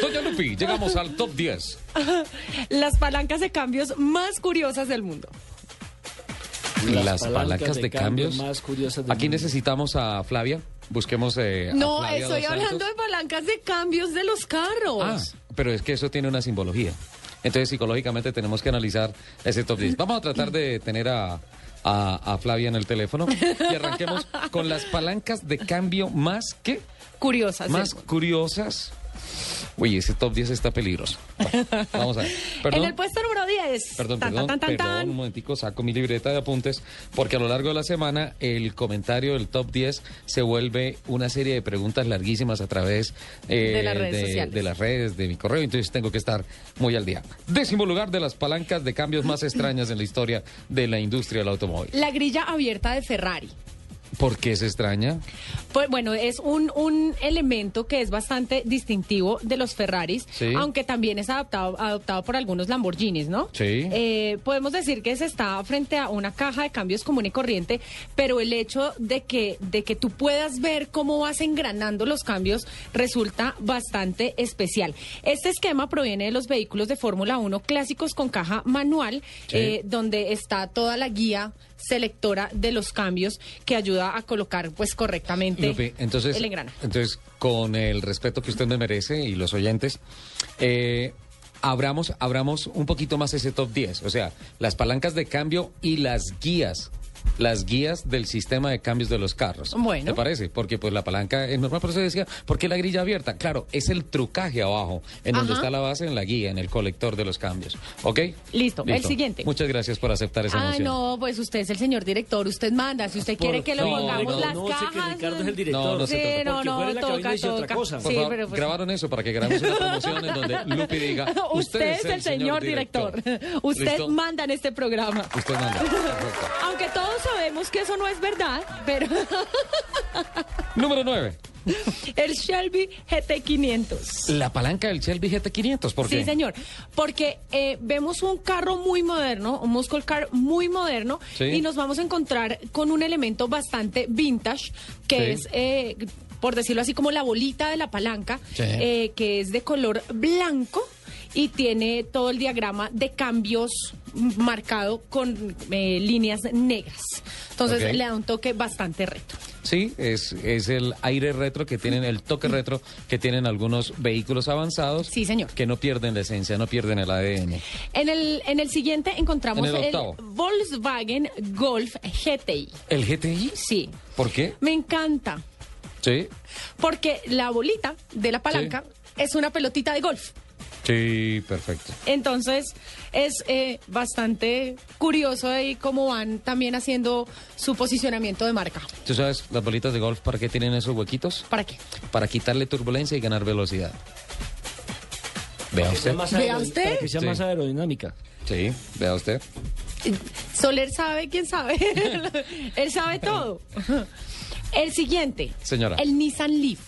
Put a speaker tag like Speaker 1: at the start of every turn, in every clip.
Speaker 1: Doña Lupi, llegamos al top 10.
Speaker 2: Las palancas de cambios más curiosas del mundo.
Speaker 1: Las, palancas de, cambios.
Speaker 3: más curiosas del
Speaker 1: Aquí
Speaker 3: mundo.
Speaker 1: necesitamos a Flavia. Busquemos. eh, a
Speaker 2: No,
Speaker 1: Flavia
Speaker 2: estoy
Speaker 1: Dos
Speaker 2: hablando de
Speaker 1: Santos.
Speaker 2: palancas de cambios de los
Speaker 1: Ah,
Speaker 2: carros.
Speaker 1: pero es que eso tiene una simbología. Entonces, psicológicamente tenemos que analizar ese top 10. Vamos a tratar de tener a, a- a Flavia en el teléfono y arranquemos con las palancas de cambio más que
Speaker 2: Curiosas.
Speaker 1: más
Speaker 2: del-
Speaker 1: curiosas. Uy, ese top 10 está peligroso. Vamos a ver. Perdón.
Speaker 2: En el puesto número 10.
Speaker 1: Perdón,
Speaker 2: Tan,
Speaker 1: perdón,
Speaker 2: tan, tan, tan,
Speaker 1: perdón, un
Speaker 2: tan.
Speaker 1: momentico, saco mi libreta de apuntes, porque a lo largo de la semana el comentario del top 10 se vuelve una serie de preguntas larguísimas a través eh,
Speaker 2: De las redes sociales.
Speaker 1: de las redes, de mi correo, entonces tengo que estar muy al día. Décimo lugar de las palancas de cambios más extrañas en la historia de la industria del automóvil.
Speaker 2: La grilla abierta de Ferrari.
Speaker 1: ¿Por qué es extraña?
Speaker 2: Pues bueno, es un, un elemento que es bastante distintivo de los Ferraris,
Speaker 1: Sí.
Speaker 2: aunque también es adaptado, adoptado por algunos Lamborghinis, ¿no?
Speaker 1: Sí.
Speaker 2: Eh, podemos decir que se está frente a una caja de cambios común y corriente, pero el hecho de que, de que tú puedas ver cómo vas engranando los cambios resulta bastante especial. Este esquema proviene de los vehículos de Fórmula 1 clásicos con caja manual,
Speaker 1: Sí.
Speaker 2: eh, donde está toda la guía selectora de los cambios que ayuda a colocar pues correctamente
Speaker 1: Lupe, entonces,
Speaker 2: el engrana.
Speaker 1: entonces, con el respeto que usted me merece y los oyentes, eh, abramos, abramos un poquito más ese top 10. O sea, las palancas de cambio y las guías. Las guías del sistema de cambios de los carros.
Speaker 2: Bueno.
Speaker 1: ¿Te parece? Porque pues la palanca es normal, por eso decía, ¿por qué la grilla abierta? Claro, es el trucaje abajo, en donde
Speaker 2: Ajá.
Speaker 1: está la base, en la guía, en el colector de los cambios. ¿Ok?
Speaker 2: Listo, el siguiente.
Speaker 1: Muchas gracias por aceptar esa
Speaker 2: Ay,
Speaker 1: moción.
Speaker 2: no, pues usted es el señor director, usted manda. Si usted quiere
Speaker 3: Por
Speaker 2: que lo
Speaker 1: favor,
Speaker 2: pongamos
Speaker 1: no,
Speaker 2: las
Speaker 3: no, sé
Speaker 2: cajas. mm.
Speaker 3: que Ricardo es el director.
Speaker 1: No, no se
Speaker 2: sí,
Speaker 1: trata.
Speaker 2: no,
Speaker 3: Porque
Speaker 2: no,
Speaker 3: fuera de la cabina
Speaker 2: toca,
Speaker 3: dice otra
Speaker 2: toca.
Speaker 3: cosa.
Speaker 1: Por
Speaker 2: Sí,
Speaker 1: favor,
Speaker 2: pero pues-
Speaker 1: grabaron eso para que hagamos una promoción en donde Lupi diga
Speaker 2: Usted es el señor director. Usted
Speaker 1: ¿Listo?
Speaker 2: manda en este programa.
Speaker 1: Usted manda. Perfecto.
Speaker 2: Aunque todos sabemos que eso no es verdad, pero
Speaker 1: Número 9.
Speaker 2: el Shelby GT500.
Speaker 1: La palanca del Shelby GT500. ¿Por qué?
Speaker 2: Sí, señor. Porque eh, vemos un carro muy moderno, un muscle car muy moderno,
Speaker 1: Sí.
Speaker 2: y nos vamos a encontrar con un elemento bastante vintage, que
Speaker 1: Sí.
Speaker 2: es... eh, por decirlo así, como la bolita de la palanca,
Speaker 1: Sí.
Speaker 2: eh, que es de color blanco y tiene todo el diagrama de cambios m- marcado con eh, líneas negras. Entonces
Speaker 1: Ok.
Speaker 2: le da un toque bastante reto.
Speaker 1: Sí, es, es el aire retro que tienen, el toque retro que tienen algunos vehículos avanzados.
Speaker 2: Sí, señor.
Speaker 1: Que no pierden la esencia, no pierden el ADN.
Speaker 2: En el, en el siguiente encontramos
Speaker 1: En el octavo.
Speaker 2: Volkswagen Golf GTI.
Speaker 1: ¿El GTI?
Speaker 2: Sí.
Speaker 1: ¿Por qué?
Speaker 2: Me encanta,
Speaker 1: Sí.
Speaker 2: porque la bolita de la palanca es una pelotita de golf.
Speaker 1: Sí, perfecto.
Speaker 2: Entonces es eh, bastante curioso ahí cómo van también haciendo su posicionamiento de marca.
Speaker 1: ¿Tú sabes las bolitas de golf para qué tienen esos huequitos?
Speaker 2: ¿Para qué?
Speaker 1: Para quitarle turbulencia y ganar velocidad. Vea
Speaker 3: Sea
Speaker 1: usted.
Speaker 3: más
Speaker 2: ¿Vea
Speaker 3: aerodi-
Speaker 2: usted?
Speaker 3: Para que sea
Speaker 1: Sí.
Speaker 3: más aerodinámica.
Speaker 1: Sí, vea usted.
Speaker 2: Soler sabe, ¿quién sabe? Él sabe todo. El siguiente.
Speaker 1: Señora.
Speaker 2: El Nissan Leaf.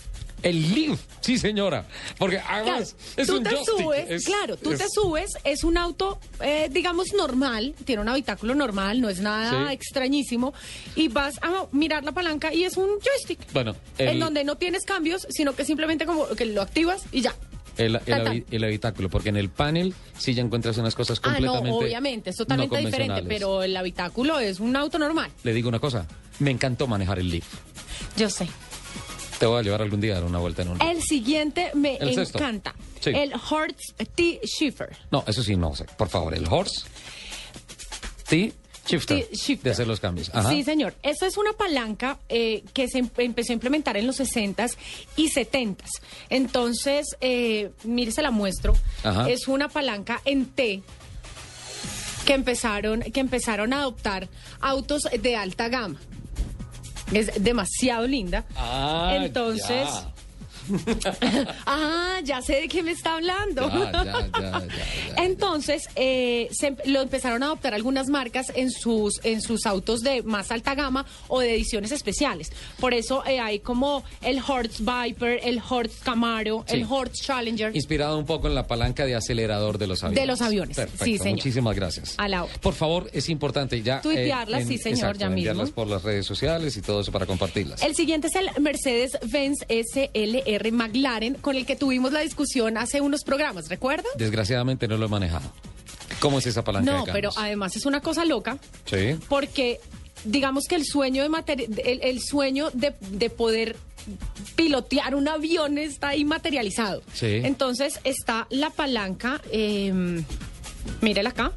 Speaker 1: El Leaf, sí señora, porque además es
Speaker 2: tú
Speaker 1: un
Speaker 2: te
Speaker 1: joystick,
Speaker 2: subes,
Speaker 1: es-
Speaker 2: claro, tú te
Speaker 1: es-
Speaker 2: subes, es un auto, eh, digamos, normal, tiene un habitáculo normal, no es nada
Speaker 1: Sí.
Speaker 2: extrañísimo, y vas a mirar la palanca y es un joystick.
Speaker 1: Bueno,
Speaker 2: En
Speaker 1: el-
Speaker 2: donde no tienes cambios, sino que simplemente como que lo activas y ya.
Speaker 1: El, el
Speaker 2: Tan, tan.
Speaker 1: habi- el habitáculo, porque en el panel sí ya encuentras unas cosas
Speaker 2: Ah, no,
Speaker 1: completamente
Speaker 2: obviamente, es
Speaker 1: no
Speaker 2: totalmente diferente,
Speaker 1: convencionales.
Speaker 2: pero el habitáculo es un auto normal.
Speaker 1: Le digo una cosa, me encantó manejar el Leaf.
Speaker 2: Yo sé.
Speaker 1: Te voy a llevar algún día a dar una vuelta en un
Speaker 2: El siguiente me
Speaker 1: El sexto.
Speaker 2: encanta.
Speaker 1: Sí.
Speaker 2: El Hertz T Schiffer.
Speaker 1: No, eso sí, no sé. Por favor, el Horse, T, Shifter,
Speaker 2: T-shifter.
Speaker 1: de hacer los cambios. Ajá.
Speaker 2: Sí, señor. Eso es una palanca eh, que se em- empezó a implementar en los 60s y 70s. Entonces, eh, mire, se la muestro.
Speaker 1: Ajá.
Speaker 2: Es una palanca en T que empezaron, que empezaron a adoptar autos de alta gama. Es demasiado linda.
Speaker 1: Ah,
Speaker 2: Entonces,
Speaker 1: ya.
Speaker 2: ah, ya sé de qué me está hablando.
Speaker 1: Ya, ya, ya, ya, ya.
Speaker 2: Entonces, eh, se- lo empezaron a adoptar algunas marcas en sus, en sus autos de más alta gama o de ediciones especiales. Por eso eh, hay como el Hortz Viper, el Hortz Camaro,
Speaker 1: Sí.
Speaker 2: el Hortz Challenger.
Speaker 1: Inspirado un poco en la palanca de acelerador de los aviones.
Speaker 2: los aviones,
Speaker 1: Perfecto,
Speaker 2: sí, señor.
Speaker 1: Muchísimas gracias.
Speaker 2: A la hora.
Speaker 1: Por favor, es importante ya. eh,
Speaker 2: Tuitearlas, sí, señor,
Speaker 1: exacto,
Speaker 2: ya
Speaker 1: enviarlas
Speaker 2: mismo.
Speaker 1: por las redes sociales y todo eso para compartirlas.
Speaker 2: El siguiente es el Mercedes-Benz SLS GTR McLaren, con el que tuvimos la discusión hace unos programas, ¿recuerda?
Speaker 1: Desgraciadamente no lo he manejado. ¿Cómo es esa palanca
Speaker 2: No,
Speaker 1: de
Speaker 2: pero
Speaker 1: cambios?
Speaker 2: además es una cosa loca,
Speaker 1: Sí.
Speaker 2: porque digamos que el sueño de materi- el, el sueño de, de poder pilotear un avión está ahí materializado.
Speaker 1: Sí.
Speaker 2: Entonces está la palanca, eh, mírela acá.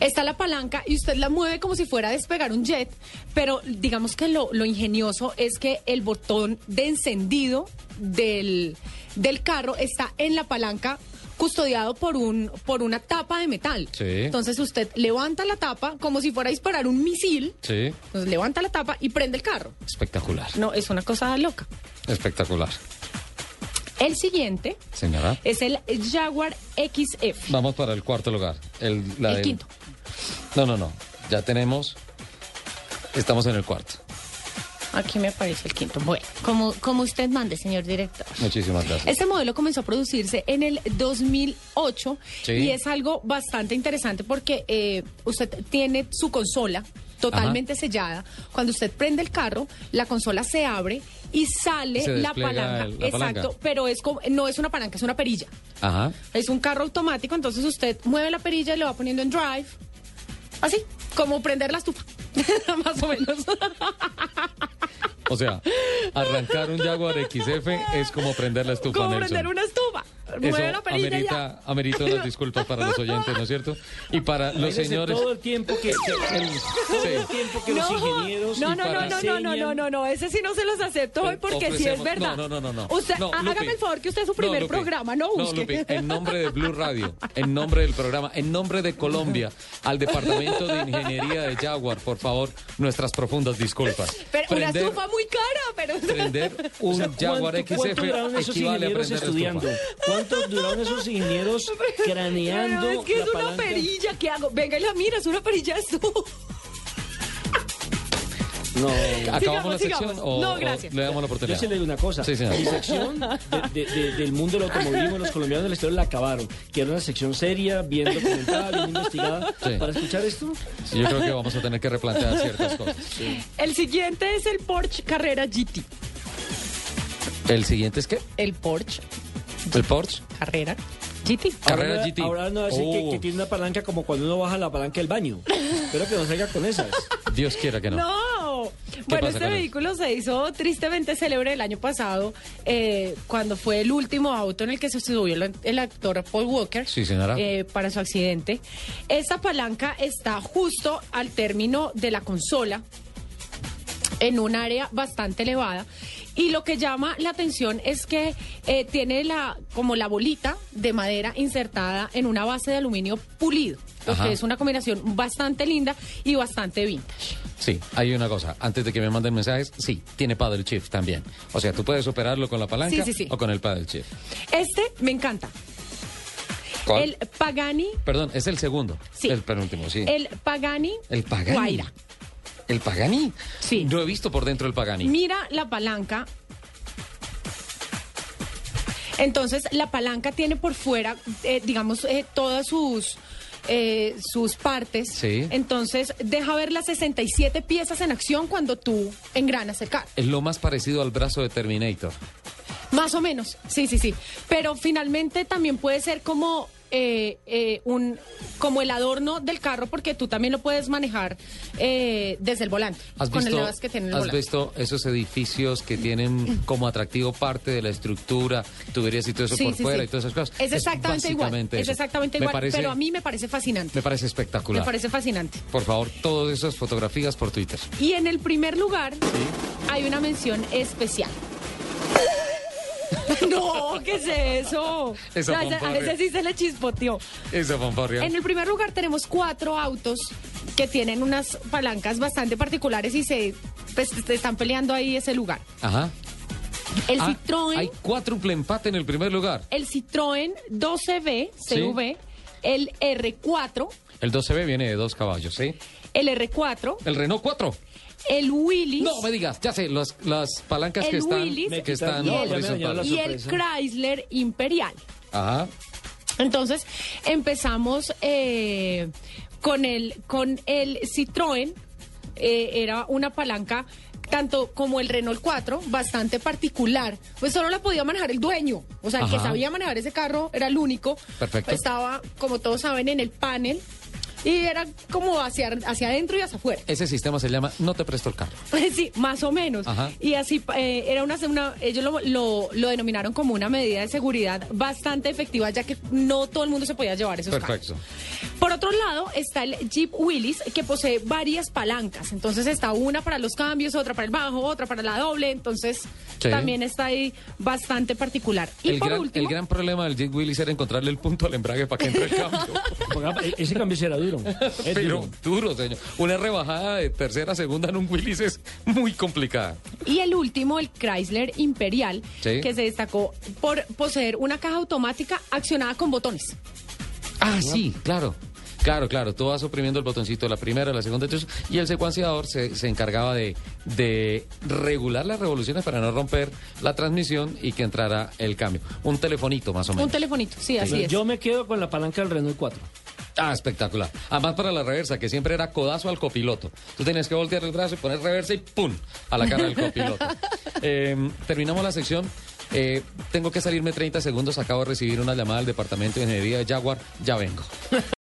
Speaker 2: Está la palanca y usted la mueve como si fuera a despegar un jet, pero digamos que lo, lo ingenioso es que el botón de encendido del, del carro está en la palanca custodiado por un por una tapa de metal.
Speaker 1: Sí.
Speaker 2: Entonces usted levanta la tapa como si fuera a disparar un misil.
Speaker 1: Sí.
Speaker 2: Entonces levanta la tapa y prende el carro.
Speaker 1: Espectacular.
Speaker 2: No, es una cosa loca.
Speaker 1: Espectacular.
Speaker 2: El siguiente
Speaker 1: Señora.
Speaker 2: es el Jaguar XF.
Speaker 1: Vamos para el cuarto lugar. El, la
Speaker 2: el
Speaker 1: del-
Speaker 2: quinto.
Speaker 1: No, no, no. Ya tenemos. Estamos en el cuarto.
Speaker 2: Aquí me aparece el quinto. Bueno, como, como usted mande, señor director.
Speaker 1: Muchísimas gracias.
Speaker 2: Este modelo comenzó a producirse en el 2008
Speaker 1: Sí.
Speaker 2: y es algo bastante interesante porque eh, usted tiene su consola totalmente sellada. Cuando usted prende el carro, la consola se abre y sale
Speaker 1: Se
Speaker 2: la
Speaker 1: despliega
Speaker 2: palanca.
Speaker 1: el- la
Speaker 2: Exacto,
Speaker 1: palanca.
Speaker 2: pero es como- no es una palanca, es una perilla.
Speaker 1: Ajá.
Speaker 2: Es un carro automático, entonces usted mueve la perilla y lo va poniendo en drive. Así, como prender la estufa. Más o menos.
Speaker 1: O sea, arrancar un Jaguar XF es como prender la estufa,
Speaker 2: como
Speaker 1: Nelson.
Speaker 2: prender una estufa.
Speaker 1: Eso
Speaker 2: Mueve la perilla y ya.
Speaker 1: amerita, amerita unas disculpas para los oyentes, ¿no es cierto? Y para los
Speaker 3: Imagínese
Speaker 1: señores.
Speaker 3: Todo el tiempo que, que- el- todo el
Speaker 1: Sí.
Speaker 3: tiempo que los ingenieros.
Speaker 2: No,
Speaker 3: y
Speaker 2: no, no,
Speaker 3: para-
Speaker 2: no, no, no, no, no, no, ese sí no se los acepto hoy
Speaker 1: O-
Speaker 2: porque sí es
Speaker 1: ofrecemos-
Speaker 2: verdad.
Speaker 1: No, no, no, no.
Speaker 2: Usted,
Speaker 1: No,
Speaker 2: ah,
Speaker 1: Lupi.
Speaker 2: hágame el favor que usted es su primer
Speaker 1: Lupi.
Speaker 2: programa, no busque.
Speaker 1: Lupi, en nombre de Blue Radio, en nombre del programa, en nombre de Colombia, al Departamento de Ingeniería de Jaguar, por favor, nuestras profundas disculpas.
Speaker 2: Pero
Speaker 1: Prender-
Speaker 2: una estufa muy cara, pero
Speaker 1: Prender un Jaguar
Speaker 3: ¿Cuánto, cuánto duraron
Speaker 1: XF
Speaker 3: esos
Speaker 1: equivale a
Speaker 3: ingenieros
Speaker 1: prender la
Speaker 3: estudiando?
Speaker 1: estufa.
Speaker 3: ¿Cuánto duraron esos ingenieros craneando?
Speaker 2: Pero es que
Speaker 3: la
Speaker 2: es una
Speaker 3: palanca?
Speaker 2: perilla, ¿qué hago? Venga y la mira, es una perilla de estufa.
Speaker 3: No.
Speaker 1: ¿Acabamos la
Speaker 2: Sigamos,
Speaker 1: sección
Speaker 2: sigamos.
Speaker 1: o,
Speaker 2: No,
Speaker 1: o
Speaker 2: gracias.
Speaker 1: le damos la
Speaker 3: Yo
Speaker 1: oportunidad?
Speaker 3: sí le digo una cosa.
Speaker 1: Sí, señor.
Speaker 3: Mi sección de- de- de- del mundo del automovilismo, los colombianos del exterior la acabaron. Que era una sección seria, bien documentada, bien investigada.
Speaker 1: Sí.
Speaker 3: Para escuchar esto,
Speaker 1: Yo creo que vamos a tener que replantear ciertas cosas.
Speaker 2: El siguiente es el Porsche Carrera GT.
Speaker 1: ¿El siguiente es qué?
Speaker 2: El Porsche
Speaker 1: ¿El Porsche?
Speaker 2: Carrera GT.
Speaker 1: Carrera
Speaker 3: ahora,
Speaker 1: GT.
Speaker 3: ahora no va a decir que,
Speaker 1: Oh.
Speaker 3: que tiene una palanca como cuando uno baja la palanca del baño. Espero que no salga con esas.
Speaker 1: Dios quiera que no.
Speaker 2: No. Bueno,
Speaker 1: pasa
Speaker 2: este
Speaker 1: con él?
Speaker 2: vehículo se hizo tristemente célebre el año pasado eh, cuando fue el último auto en el que se subió el, el actor Paul Walker
Speaker 1: Sí, señora.
Speaker 2: eh, para su accidente. Esta palanca está justo al término de la consola en un área bastante elevada y lo que llama la atención es que eh, tiene la como la bolita de madera insertada en una base de aluminio pulido, lo
Speaker 1: Ajá.
Speaker 2: que es una combinación bastante linda y bastante vintage.
Speaker 1: Sí, hay una cosa. Antes de que me manden mensajes, sí, tiene paddle shift también. O sea, tú puedes operarlo con la palanca
Speaker 2: Sí, sí, sí.
Speaker 1: o con el paddle shift.
Speaker 2: Este me encanta.
Speaker 1: ¿Cuál?
Speaker 2: El Pagani,
Speaker 1: Perdón, es el segundo.
Speaker 2: Sí.
Speaker 1: El penúltimo, sí.
Speaker 2: el Pagani,
Speaker 1: El Pagani.
Speaker 2: Guaira.
Speaker 1: ¿El Pagani?
Speaker 2: Sí.
Speaker 1: No he visto por dentro el Pagani.
Speaker 2: Mira la palanca. Entonces, la palanca tiene por fuera, eh, digamos, eh, todas sus, eh, sus partes.
Speaker 1: Sí.
Speaker 2: Entonces, deja ver las 67 piezas en acción cuando tú engranas el carro.
Speaker 1: Es lo más parecido al brazo de Terminator.
Speaker 2: Más o menos, sí, sí, sí. Pero finalmente también puede ser como eh, eh, un como el adorno del carro porque tú también lo puedes manejar eh, desde el volante.
Speaker 1: ¿Has
Speaker 2: con
Speaker 1: visto,
Speaker 2: el levas que tiene el
Speaker 1: has
Speaker 2: volante.
Speaker 1: visto esos edificios que tienen como atractivo parte de la estructura, tuberías y todo eso
Speaker 2: Sí,
Speaker 1: por
Speaker 2: sí,
Speaker 1: fuera
Speaker 2: sí.
Speaker 1: y todas esas cosas?
Speaker 2: Es exactamente igual.
Speaker 1: básicamente
Speaker 2: Es
Speaker 1: eso.
Speaker 2: exactamente
Speaker 1: Me
Speaker 2: igual.
Speaker 1: parece-
Speaker 2: Pero a mí me parece fascinante.
Speaker 1: Me parece espectacular.
Speaker 2: Me parece fascinante.
Speaker 1: Por favor, todas esas fotografías por Twitter.
Speaker 2: Y en el primer lugar hay una mención especial. no, ¿qué es eso?
Speaker 1: Eso
Speaker 2: No,
Speaker 1: fue un
Speaker 2: ese- a
Speaker 1: padre.
Speaker 2: ese sí se le chispoteó.
Speaker 1: Eso, fanfarria.
Speaker 2: En el primer lugar tenemos cuatro autos que tienen unas palancas bastante particulares y se pues, se están peleando ahí ese lugar.
Speaker 1: Ajá.
Speaker 2: El
Speaker 1: Ah,
Speaker 2: Citroën,
Speaker 1: Hay cuádruple empate en el primer lugar.
Speaker 2: el Citroën 12B CV, el R4,
Speaker 1: El 12B viene de dos caballos, ¿sí?
Speaker 2: el R4,
Speaker 1: El Renault 4.
Speaker 2: el Willys
Speaker 1: No me digas, ya sé, las, las palancas
Speaker 2: El
Speaker 1: que están,
Speaker 2: Willys
Speaker 1: que están
Speaker 2: y el-
Speaker 1: horizontal.
Speaker 2: y el
Speaker 3: sorpresa.
Speaker 2: Chrysler Imperial.
Speaker 1: Ajá.
Speaker 2: Entonces empezamos eh, con el con el Citroën eh, era una palanca tanto como el Renault 4, bastante particular. Pues solo la podía manejar el dueño. O sea, el que
Speaker 1: Ajá.
Speaker 2: sabía manejar ese carro era el único.
Speaker 1: Perfecto.
Speaker 2: Estaba, como todos saben, en el panel. Y era como hacia, hacia adentro y hacia afuera. Pues
Speaker 1: Ese sistema se llama No te presto el carro.
Speaker 2: Sí, más o menos.
Speaker 1: Ajá.
Speaker 2: Y así eh, era una, una- ellos lo, lo- lo denominaron como una medida de seguridad bastante efectiva, ya que no todo el mundo se podía llevar esos
Speaker 1: Perfecto.
Speaker 2: carros. Por otro lado está el Jeep Willys, que posee varias palancas. Entonces está una para los cambios, otra para el bajo, otra para la doble. Entonces
Speaker 1: Sí.
Speaker 2: también está ahí bastante particular. Y
Speaker 1: El
Speaker 2: por
Speaker 1: gran,
Speaker 2: último,
Speaker 1: el gran problema del Jeep Willys era encontrarle el punto al embrague para que entre el cambio.
Speaker 3: Porque e- Ese cambio sí era duro. es
Speaker 1: Pero
Speaker 3: duro.
Speaker 1: duro, señor. Una rebajada de tercera, segunda en un Willys es muy complicada.
Speaker 2: Y el último, el Chrysler Imperial,
Speaker 1: Sí.
Speaker 2: que se destacó por poseer una caja automática accionada con botones.
Speaker 1: Ah, sí, claro. Claro, claro, tú vas oprimiendo el botoncito, la primera, la segunda, entonces, y el secuenciador se, se encargaba de, de regular las revoluciones para no romper la transmisión y que entrara el cambio. Un telefonito más o menos.
Speaker 2: Un telefonito, sí, así
Speaker 3: Pero
Speaker 2: es.
Speaker 3: Yo me quedo con la palanca del Renault 4.
Speaker 1: Ah, espectacular. Además para la reversa, que siempre era codazo al copiloto. Tú tenías que voltear el brazo y poner reversa y ¡pum! a la cara del copiloto. Eh, terminamos la sección. Eh, tengo que salirme 30 segundos. Acabo de recibir una llamada del departamento de ingeniería de Jaguar. Ya vengo.